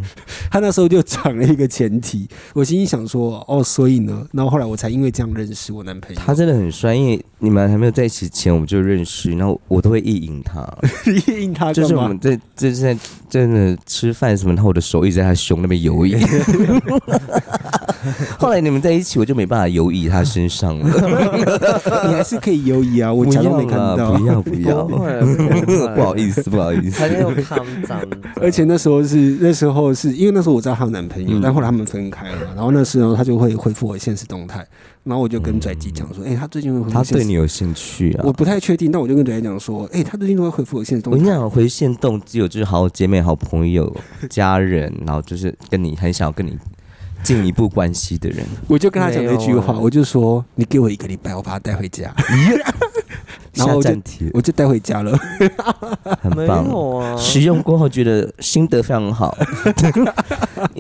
他那时候就讲了一个前提，我心里想说：“哦，所以呢？”然后后来我才因为这样认识我男朋友。
他 真的很帅，因为你们还没有在一起前我们就认识，然后我都会意淫他。
回应他干嘛
就是我们在就是在真的吃饭什么，然后我的手一直在他胸那边游 移。后来你们在一起，我就没办法游移他身上了。
你还是可以犹疑啊， 我
不
假
要
装没看到。
啦不要不
不
要，
会不 会
不好意思不好意思
很。有抗战的，
而且那时候是那时候是因为那时候我知道她有男朋友，
嗯
但后来他们分开了，然后那时候她就会回复我现实动态，然后我就跟拽机讲说，哎、她最近会回复
嗯他
我现
对
实，
你有兴趣啊
我？不太确定，但我就跟拽机讲说，哎、她最近都会回复我现实
我
动
跟你
态，
讲，回线动只有就是好姐妹、好朋友、家人，然后就是跟你很想跟你进一步关系的人。
我就跟她讲了一句话，
没有啊
我就说你给我一个礼拜，我把她带 回家， 然
下
后我就
站帖
我就带回家了。
很
没
棒，
有啊。
使用过后觉得心得非常好。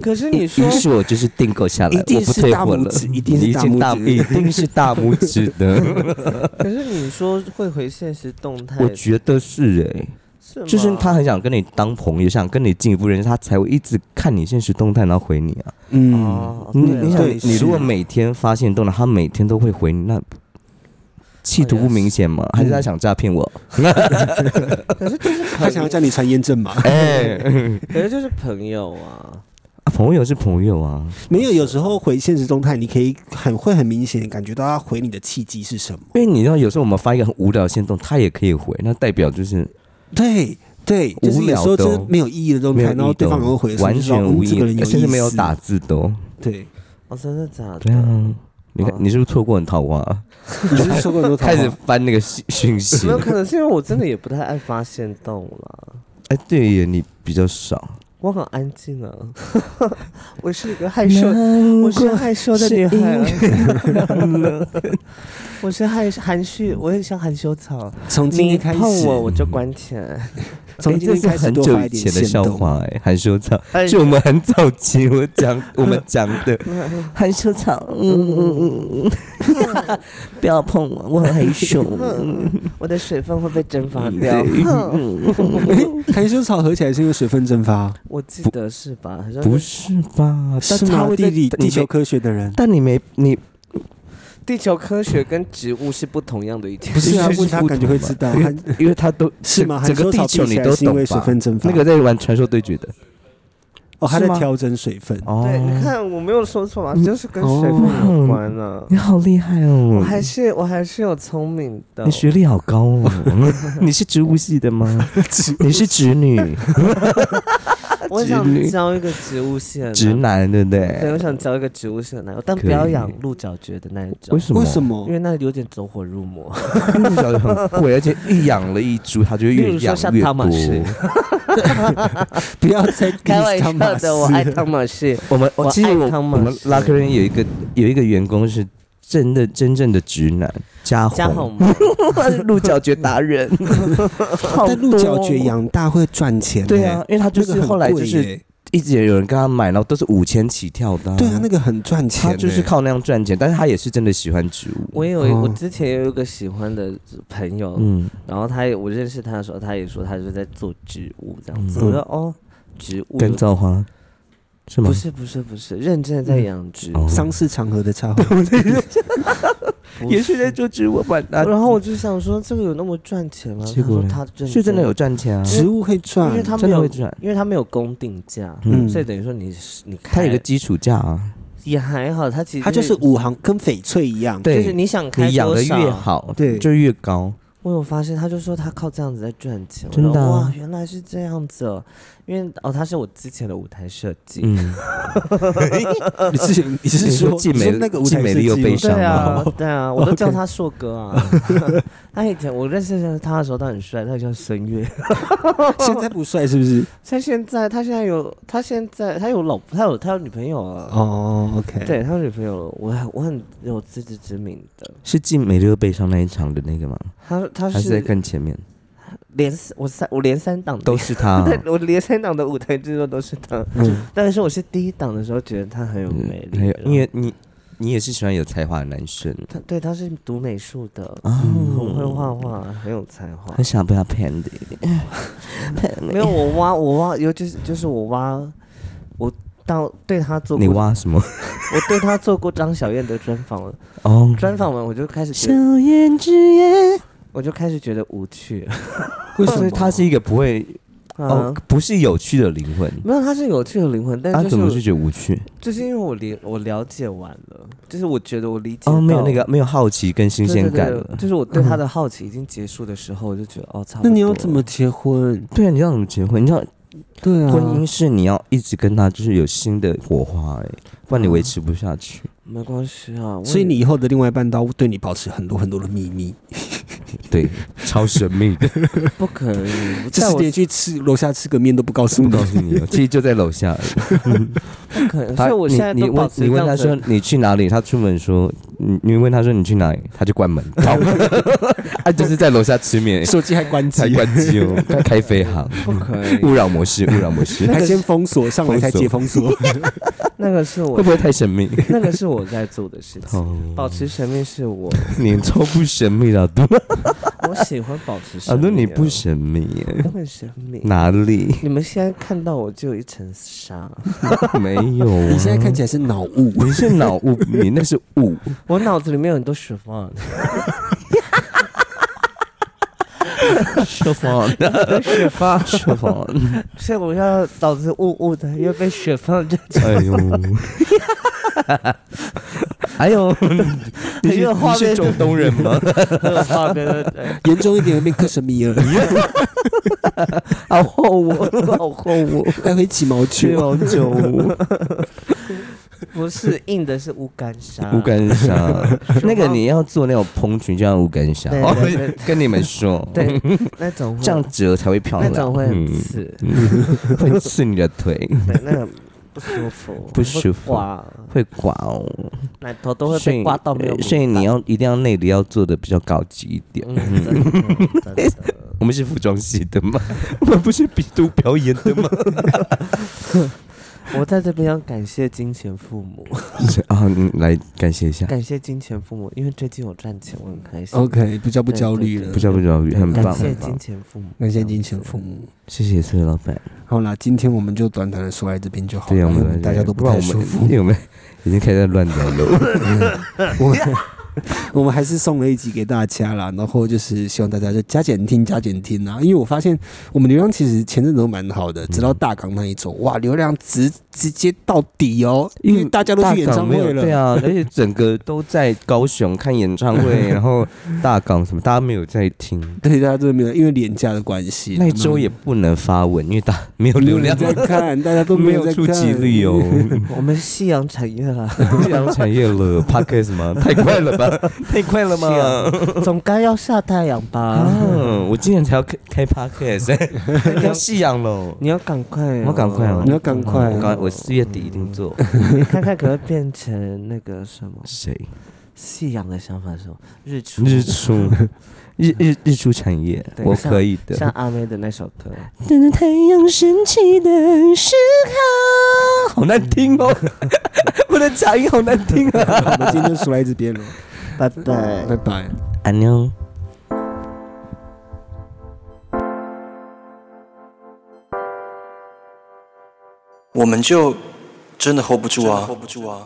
可是你说
于是我就是订购下来，
一定
我不
是
退
大
货
拇
了，
指一定是大拇指
一定是大拇指 的。
可是你说会回现实动态
我，觉得是哎、
是吗
就是他很想跟你当朋友，想跟你进一步认识，他才会一直看你现实动态，然后回你啊。
嗯，
哦，
你
对
你
啊
想
对，
你
是
如果每天发现动态，他每天都会回你，那企图不明显
哦
吗？还是
啊
他想诈骗 我？
他想要叫你传验证码，
哎，
可是就是朋友啊，
啊朋友是朋友啊，
没有。有时候回现实动态，你可以很会很明显地感觉到他回你的契机是什么。
因为你知道，有时候我们发一个很无聊的线动，他也可以回，那代表就是
对对，就是有时候
无聊的哦
就是没有意义的动
没有
态，
意义
然后对
的哦
方也会回的时候
完
就说，
全无
嗯，
意
这个人
义，
有
甚至
意
没有
思
打字的哦。
对，
哦，真的假的？
对啊，你看
好
你是不是错过很桃花？啊
你是不是说过很多桃花
开始翻那个讯讯息
没。有可能是因为我真的也不太爱发现动了，
哎，对耶，你比较少。
我很安静啊， 我是一个
哎
害羞，我是害羞的女孩 啊，我是害含蓄，我很像含羞草，
从今天
你
开始，
碰我我就关起来。
从今
这
天
是
开始
很
多
久
发一
以
点
前的
限
笑
动。
话哎，含羞草
哎，
是我们很早期我讲我们讲 的含羞草，嗯嗯嗯嗯， 不要碰我，我很害 羞。
我的水分会被蒸发掉。
对
哼
含羞草合起来是因为水分蒸发，
我记得是吧？好像
不是吧？嗯但
是
他
吗？
会
地
在
理
你
地球
没
科学的人，
但你没你
地球科学跟植物是不同样的一件
不
事。
是啊，
是
问他
不
感觉
同
会
吧
知道，
因
含
为因为他都
是吗？
整
含
个
个
地球你都
是因为
懂吧？
水分蒸发，
那个在玩传说对决的
哦，他
是
在
吗
调整水分。
哦嗯
对，你看我没有说错吧？就是跟水分有关呢、
你好厉害
我
哦！
还是我还是有聪明的
你。学历好高哦！ 你是植物系的吗？你是直女、
我
直
想
女
交一个植物系的男
直。男，对不
对，我
对？
想交一个植物系的男友，但
可
不要
以
养鹿角蕨的那一种
为，什么？
为什
因
么？
为那有点走火入魔。
么小的很贵？而且一养了一株，它就会
例
越
如说
养
像
越
汤马士
多。
不要 再
开玩
diss 汤
笑
马斯
的，我爱汤马士。
我们
我
哦其实
爱
我我
汤马
们
士
拉克人有一个有一个员工是真的真正的直男，嘉
嘉
宏，
宏吗，
他是鹿角蕨达人，好
但鹿角
多
蕨养大会赚钱，欸
对啊，，因为他
那
就
个
是
很
后来就
贵
是
耶
一直有人跟他买，然后都是五千起跳的、
对啊，那个很赚钱欸
他
耶，
就是靠那样赚钱，但是他也是真的喜欢植物。
我有一我
哦
之前有一个喜欢的朋友，
嗯，
然后他也我认识他的时候，他也说他是在做植物这样子。
嗯
我说哦，植物
干燥花是吗？
不是不是不是，认真的在养殖。
哦
丧事场合的插画，
不
也
是
是在做植物吧？啊
然后我就想说，这个有那么赚钱吗？
结
他
果
说
呢
他
是真的有，赚钱啊，
植物会
因
赚
为，他没
真的
有
会，赚。
因为他没有公定价，
嗯
所以等于说你是你开
它有一个基础价啊，
也还好，他其实
它就是五行跟翡翠一样，
就是
对，
你想开
你养
多
的
少
越。好，
对
就越高。
我有发现，他就说他靠这样子在赚钱。我
真的
说
啊
哇，原来是这样子哦，因为哦，他是我之前的舞台设计，
嗯，
你之前你是
你说
说
静
你
美
说那个舞
静
台
美
设
丽又
计
悲
吗
伤
对啊
吗，
对 啊，我都叫他硕哥啊。他以前我认识他的时候，他很帅，他叫孙悦。
现在不帅是不是？
他现在他现在有他现在他有老婆，他有他有女朋友啊。
哦，OK，，
对，他有女朋友了，我很我很有自知之明的。
是进美丽又悲伤那一场的那个吗？
他他
还是在
是
更前面？
连三我三我连三档的
都是他啊，
对，我连三档的舞台制作都是他，
嗯，
但是我是第一档的时候觉得他很有
嗯
魅力，
还有
然后
因为你你也是喜欢有才华的男生
他对他是读美术的，嗯
啊，
很会画画，很有才华
很。想被他骗的。
没有，我挖我挖，尤其是就是我挖，我到对他做过，
你
我
挖什么？
对他做过张小燕的专访了，
哦，
专访完我就开始
小
觉得，
燕之眼，
我就开始觉得无趣了。
为什么他是一个不会哦
啊，，
不是有趣的灵魂？
没有，他是有趣的灵魂，但
他
就是
怎么是觉得无趣？
就是因为我理我了解完了，就是我觉得我理解
哦，没有
到
那个没有好奇跟新
对
鲜
对
感
对
了。
就是我对他的好奇已经结束的时候，我就觉得哦，差
那
不多。
你要怎么？结婚？
对啊，你要怎么结婚？你知道
嗯
对啊，
婚姻是你要一直跟他就是有新的火花哎，不然你维持不下去。
没关系啊，我
所以
也
你以后的另外一半都要对你保持很多很多的秘密，
嗯
对，超神秘 的，
不可以，
就
在
是
我
连去吃楼下吃个面都不告诉
不
你
告。诉你哦，其实就在楼下而已。
不可 能，所
他
以我现在
你
都
你
保
问
持
你
这
问他
样
说
子。
你去哪里，他出门说你你问他说你去哪里，他就关 门， 他就是在楼下吃面。
手机还关机
才， 关机 哦，他开飞航，
不可以，
勿扰模式，勿扰模式，
还先封锁，上来才解封锁。
那个是我
会不会太神秘？
那个是我在做的事情，
哦，
保持神秘 是我，
你超不神秘的，都
我喜欢保持神
啊，
秘。啊
那你不，神秘耶？
我很神秘。
哪里
你们现在看到我就有一层纱，
没有、啊？
你现在看起来是脑雾，
你是脑雾，你那是雾，
我脑子里面有很多水分。
设防，
雪芳，
设防，
所以我要脑子雾雾的，因为被雪芳这
哎呦，哎 呦，你
很
是
有画
你是
面
中东人 吗？
个画面的， 对
严重一点变克什米尔，
啊
好厚我，好厚我，
来回起毛
去
球。
老酒，
不是硬的，是乌干沙，
乌干沙，
是
那个
吗
你要做那种蓬裙，就像乌干沙。
对
哦
对对
跟你们说，
对那种会
这样折才会漂
那
亮，
种会很
嗯
刺，
嗯会刺你的腿，
对那个不舒服，
不舒服
会刮
会刮哦。
奶头都会被刮到没有
所以所以呃你哦要一定要内里要做的比较高级一点。
明白，嗯，真的真的
我们是服装系的吗？ 我们不是比毒表演的 吗？
我在这边要感谢金钱父母，
啊，嗯来感谢一下，
感谢金钱父母，因为最近我赚钱，我很开心。
OK，比较不焦虑了
不。知道不知道，哦很棒，
感谢
很
金
棒，
钱父母，
感谢金钱父母。
谢谢崔老板。
好啦，今天我们就短短的说在这边就好了，
对啊，我
因
们
为嗯大家都不
然
太
我
舒
们
服
因。为我们已经开始在乱聊了。
我们我们还是送了一集给大家啦，然后就是希望大家就加减听加减听啊，因为我发现我们流量其实前阵子都蛮好的，直
嗯
到大港那一周，哇，流量直直接到底哦，因为大家都去演唱
大港没
会
有
了，
对啊，而且整个都在高雄看演唱 会，然后大港什么，大家没有在听。
对，大家都没有，因为廉价的关系，
那一周 也不能发文，因为大没有
没
流
有人
量，
在 看，大家都
没
有在
出
看，
几率哦。
我们夕阳产业啊啦，
夕阳产业了 p a c k e s 吗？太快了 吧，太快了
夕
吗？
阳总该要下太阳吧？
嗯，我今年才要开开 p a c k e s 要夕阳喽。
你要赶快，
我赶快哦
你要赶快啊
我刚我四月底一定做。
你看看可不可以变成那个什么
谁？
夕阳的想法是什么日出
日出，日 日日出产业，
对
我
像
可以的。
像阿妹的那首 歌，
等太阳升起的时候，好难听 哦，我的假音好难听啊。
我们今天就说在这边了，
拜拜。
拜拜。
安妞。
我们就真的 hold 不住啊，hold 不住啊。